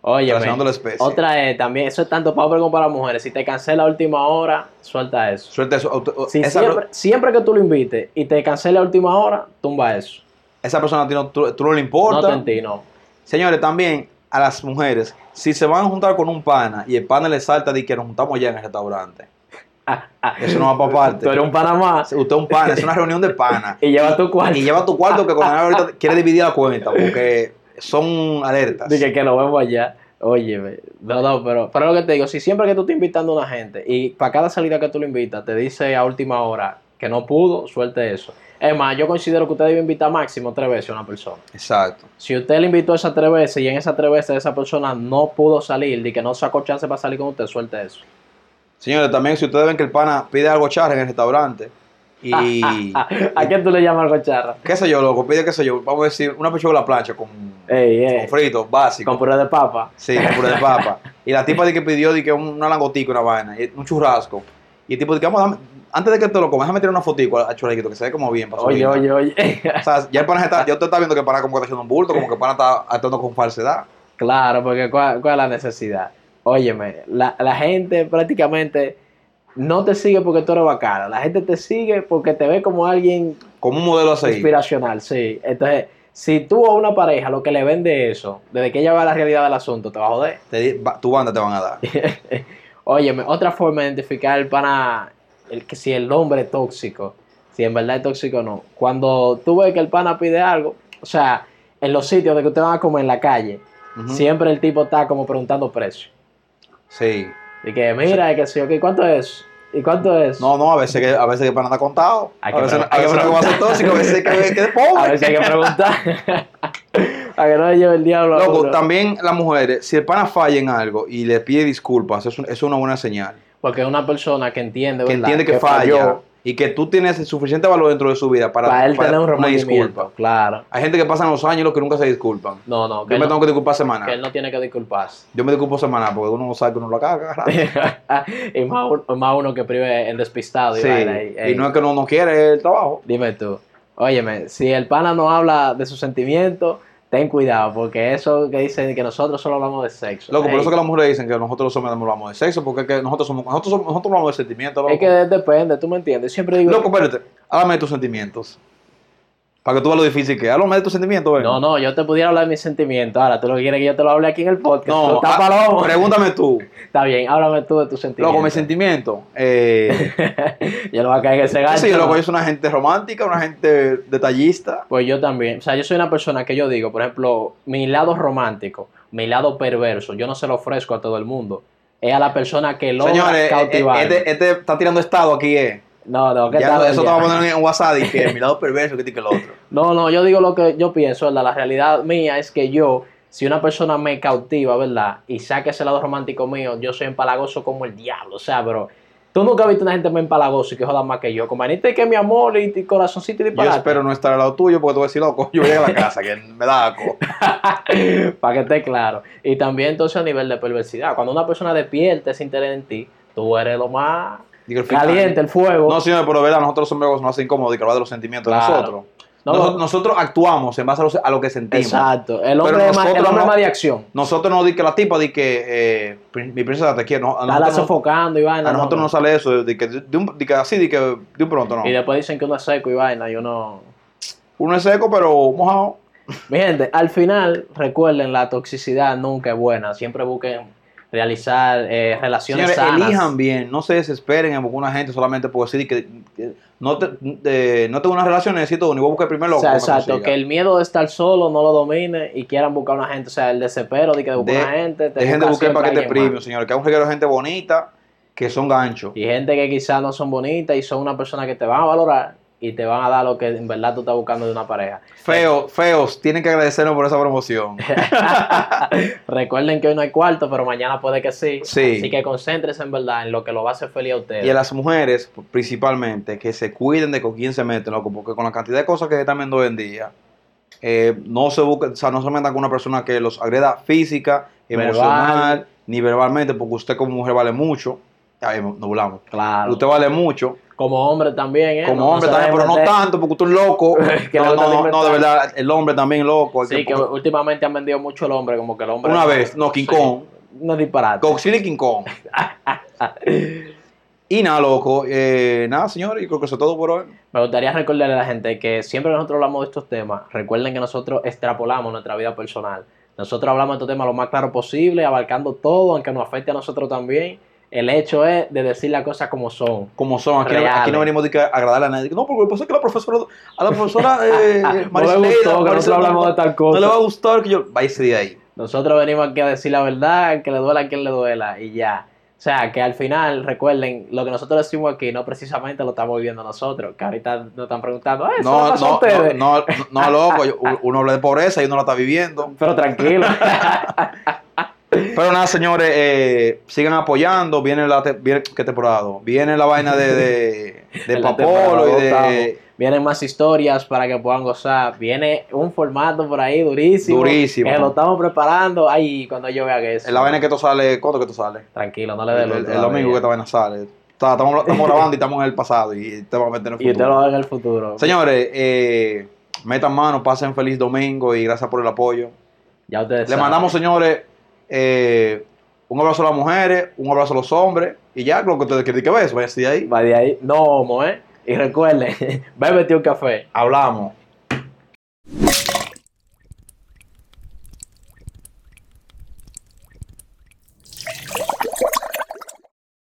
S1: Oye,
S2: Relacionando la especie.
S1: otra es también, eso es tanto para hombres como para mujeres. Si te cancela a última hora, suelta eso.
S2: Suelta eso. Usted-
S1: Si
S2: esa,
S1: siempre, siempre que tú lo invites y te cancela a última hora, tumba eso.
S2: esa persona a ti no, tú, tú no le
S1: No te
S2: importa.
S1: enti- no.
S2: Señores, también a las mujeres, si se van a juntar con un pana y el pana le salta de que nos juntamos ya en el restaurante,
S1: [LAUGHS]
S2: eso no va para parte.
S1: Tú eres un Panamá
S2: Usted es un
S1: [LAUGHS]
S2: pana, es una reunión de pana.
S1: y lleva tu cuarto.
S2: Y lleva tu cuarto que con Ana
S1: [LAUGHS]
S2: ahorita quiere dividir la cuenta porque son alertas.
S1: Dije que lo vemos allá. Óyeme, no, no, pero, pero lo que te digo, si siempre que tú estás invitando a una gente y para cada salida que tú lo invitas te dice a última hora que no pudo, suelte eso. Es más, yo considero que usted debe invitar máximo tres veces a una persona.
S2: Exacto.
S1: Si usted le invitó esas tres veces y en esas tres veces esa persona no pudo salir y que no sacó chance para salir con usted, suelte eso. [LAUGHS]
S2: Señores, también si ustedes ven que el pana pide algo charra en el restaurante y
S1: ¿A quién tú le llamas algo charra?
S2: qué sé yo, loco, pide qué sé yo, vamos a decir una pechuga a la plancha con,
S1: Ey,
S2: con
S1: ey,
S2: frito, básico.
S1: con puré de papa.
S2: Sí, con puré de
S1: [LAUGHS]
S2: papa. Y la tipa de que pidió de que una langotica, una vaina, y un churrasco. Y el tipo de que vamos, dame- antes de que te lo comas, déjame tirar una fotico al al churrasquito que se ve como bien. para
S1: Oye,
S2: subirla.
S1: oye, oye.
S2: O sea, ya el pana está, ya usted está viendo que el pana como que está haciendo un bulto, como que el pana está actuando con falsedad.
S1: Claro, porque ¿cuál, cuál es la necesidad? Óyeme, la, la gente prácticamente no te sigue porque tú eres bacana, la gente te sigue porque te ve como alguien
S2: Como un modelo a seguir.
S1: inspiracional, sí. Entonces, si tú a una pareja lo que le vende eso, desde que ella va a la realidad del asunto, te va a joder.
S2: Te di- ba- tu banda te van a
S1: [LAUGHS]
S2: dar.
S1: Óyeme, otra forma de identificar el pana, el, que si el hombre es tóxico, si en verdad es tóxico o no. Cuando tú ves que el pana pide algo, o sea, en los sitios de que ustedes van a comer en la calle,
S2: Ujú.
S1: siempre el tipo está como preguntando precio.
S2: Sí.
S1: Y que mira, y que sí, ok, ¿cuánto es? ¿Y cuánto es?
S2: No, no, a veces que, a veces que el pana está contado.
S1: Hay
S2: A
S1: que
S2: veces,
S1: pre-
S2: a
S1: hay que
S2: veces no va a ser
S1: preguntar.
S2: tóxico, a veces
S1: [LAUGHS]
S2: que, que es
S1: A
S2: pobre.
S1: ver si hay que preguntar. [LAUGHS] a que no le lleve el diablo a
S2: Loco,
S1: uno.
S2: también las mujeres, si el pana falla en algo y le pide disculpas, eso es, un- eso es una buena señal.
S1: Porque es una persona que entiende,
S2: que
S1: ¿verdad?
S2: entiende que, falla y que tú tienes el suficiente valor dentro de su vida para,
S1: Para, él
S2: para
S1: tener un
S2: una
S1: remordimiento.
S2: disculpa.
S1: Claro.
S2: Hay gente que pasan los años y los que nunca se disculpan.
S1: No, no,
S2: Yo
S1: que,
S2: me
S1: él,
S2: tengo que disculpar
S1: no que él
S2: semanal.
S1: no tiene que disculparse. [LAUGHS]
S2: Yo me disculpo semanal porque uno sabe que uno lo acaba agarrando.
S1: y más, un- más uno que prive el despistado. Y,
S2: Sí,
S1: vaina, y-
S2: y
S1: ey,
S2: no es que uno no quiere el trabajo.
S1: Dime tú. Óyeme, si el pana no habla de sus sentimientos, ten cuidado, porque eso que dicen que nosotros solo hablamos de sexo.
S2: Loco, por
S1: ey.
S2: eso que las mujeres dicen que nosotros los hombres no hablamos de sexo, porque es que nosotros somos, nosotros somos- nosotros hablamos de sentimientos, loco.
S1: Es que depende, tú me entiendes. Siempre digo.
S2: Loco, espérate, háblame de tus sentimientos. Para que tú veas lo difícil que es. Háblame de tus sentimientos, ven.
S1: No, no, yo te pudiera hablar de mis sentimientos. Ahora, tú lo que quieres es que yo te lo hable aquí en el podcast.
S2: No,
S1: No, está,
S2: ah,
S1: palomo. [LAUGHS]
S2: pregúntame tú.
S1: Está bien, háblame tú de tus sentimientos.
S2: Loco, mis sentimientos.
S1: [LAUGHS]
S2: Eh,
S1: yo no voy a caer en ese gancho.
S2: sí, loco,
S1: ¿no?
S2: yo soy una gente romántica, una gente detallista.
S1: Pues yo también. O sea, yo soy una persona que yo digo, por ejemplo, mi lado romántico, mi lado perverso, yo no se lo ofrezco a todo el mundo. Es a la persona que logra
S2: Señores, eh, eh,
S1: cautivar.
S2: este, este está tirando estado aquí, eh.
S1: No, no, ¿qué
S2: Ya,
S1: tal?
S2: eso te
S1: ya?
S2: va a poner
S1: [LAUGHS]
S2: en WhatsApp y que mi lado perverso, que tique el otro.
S1: No, no, yo digo lo que yo pienso, ¿verdad? La realidad mía es que yo, si una persona me cautiva, ¿verdad? Y saca ese lado romántico mío, yo soy empalagoso como el diablo, o sea, pero Tú nunca has visto una gente más empalagosa y que joda más que yo. Con manita y que mi amor y, y corazoncito y
S2: Yo
S1: disparate. [LAUGHS]
S2: espero no estar al lado tuyo porque tú vas a decir, loco, yo voy a la casa, que me da asco.
S1: Para que esté claro. Y también entonces a nivel de perversidad. Cuando una persona despierta ese interés en ti, tú eres lo más
S2: Digo, el fin-
S1: caliente, el fuego.
S2: No, señor, pero verdad, nosotros los hombres nos hace incómodo y que hablar de los sentimientos de
S1: Claro.
S2: nosotros.
S1: No,
S2: Noso-
S1: no.
S2: nosotros, actuamos en base a, los- a lo que sentimos.
S1: Exacto. El hombre,
S2: Pero
S1: es más, el
S2: nosotros
S1: hombre
S2: no.
S1: más de acción.
S2: Nosotros no di que la tipa di que eh, prin- mi princesa te quiere. No, a
S1: Estarla
S2: nosotros, no,
S1: sofocando y vaina.
S2: a nosotros
S1: no,
S2: no sale eso, de que, de un- de que así, de que de un pronto no.
S1: Y después dicen que uno es seco y vaina y uno...
S2: Uno es seco, pero mojado.
S1: Mi gente, al final, recuerden, la toxicidad nunca es buena. Siempre busquen realizar eh, relaciones
S2: Señores,
S1: sanas.
S2: elijan bien, no se desesperen en buscar una gente solamente porque sí, de que que no, te- de- no tengo una relación, necesito uno y voy a buscar primero lo
S1: o sea,
S2: que me
S1: exacto,
S2: consiga.
S1: que el miedo de estar solo no lo domine y quieran buscar una gente, o sea, el desespero de que buscar
S2: De-
S1: una gente, te
S2: Dejen de
S1: busca
S2: buscar
S1: siempre
S2: paquetes
S1: alguien más.
S2: premium, señores, que hay un reguero de gente bonita que son ganchos.
S1: Y gente que quizás no son bonitas y son una persona que te van a valorar y te van a dar lo que en verdad tú estás buscando de una pareja.
S2: Feo, feos, tienen que agradecernos por esa promoción.
S1: Recuerden que hoy no hay cuarto, pero mañana puede que sí.
S2: Sí.
S1: Así que concéntrense en verdad en lo que lo va a hacer feliz a ustedes.
S2: Y a las mujeres, principalmente, que se cuiden de con quién se meten, loco, porque con la cantidad de cosas que se están viendo hoy en día, eh, no se busca, o sea, no se metan con una persona que los agreda física,
S1: Verbal.
S2: emocional, ni verbalmente, porque usted como mujer vale mucho. Ahí nos volamos.
S1: Claro.
S2: Usted vale mucho,
S1: Como hombre también, ¿eh?
S2: como
S1: No- no
S2: hombre
S1: se
S2: también, pero
S1: dejen
S2: no
S1: meter.
S2: tanto, porque usted es loco.
S1: [LAUGHS] Que
S2: no,
S1: le gusta
S2: no, no, no, de
S1: alimentar.
S2: verdad, el hombre también loco. hay
S1: Sí, que
S2: que-
S1: últimamente han vendido mucho el hombre, como que el hombre.
S2: Una vez, no, King Kong.
S1: No es disparate.
S2: Godzilla y
S1: [LAUGHS]
S2: King Kong. y nada, loco. eh, nada, señores, yo creo que eso es todo por hoy.
S1: Me gustaría recordarle a la gente que siempre que nosotros hablamos de estos temas, recuerden que nosotros extrapolamos nuestra vida personal. Nosotros hablamos de estos temas lo más claro posible, abarcando todo, aunque nos afecte a nosotros también. El hecho es de decir las cosas como son.
S2: como son. Aquí, no-
S1: Reales.
S2: aquí no venimos de que agradarle a nadie. No, porque pasa que la profesora, a
S1: [LAUGHS]
S2: la profesora
S1: Ah,
S2: eh,
S1: no le
S2: Marisleida,
S1: gustó que nosotros
S2: Marisela,
S1: hablamos de tal
S2: no
S1: cosa.
S2: le va a gustar que yo vaya ese día ahí.
S1: Nosotros venimos aquí a decir la verdad, que le duela a quien le duela y ya. O sea, que al final, recuerden, lo que nosotros decimos aquí no precisamente lo estamos viviendo nosotros, que ahorita nos están preguntando, "Eh, ¿eso le
S2: No,
S1: pasó a
S2: no, no,
S1: ustedes?"
S2: no, no, loco. yo- Uno habla de pobreza y uno la está viviendo.
S1: Pero tranquilo. [LAUGHS]
S2: Pero nada, señores, eh, sigan apoyando. Viene la te- viene, ¿qué temporada? dos? Viene la vaina
S1: [LAUGHS]
S2: de, de, de
S1: En la temporada
S2: Papolo y de
S1: estamos. Vienen más historias para que puedan gozar. Viene un formato por ahí durísimo.
S2: Durísimo.
S1: Que lo estamos preparando. Ay, cuando yo vea que eso.
S2: en la vaina que tú sale, ¿cuándo que tú sale?
S1: Tranquilo, no le dé
S2: El, el- el domingo que esta vaina sale. O sea, Estamos,
S1: [LAUGHS]
S2: estamos grabando y estamos en el pasado y te vamos a meter en el
S1: Y
S2: futuro.
S1: usted lo ve en el futuro.
S2: Señores, eh, metan mano, pasen feliz domingo y gracias por el apoyo.
S1: Ya ustedes
S2: Le
S1: saben.
S2: mandamos, señores, eh, un abrazo a las mujeres, un abrazo a los hombres y ya, lo que ustedes quieren que veas, vaya así ahí.
S1: [LAUGHS] Va de ahí. No, homo, ¿eh? Y recuerden, bébete un café.
S2: Hablamos.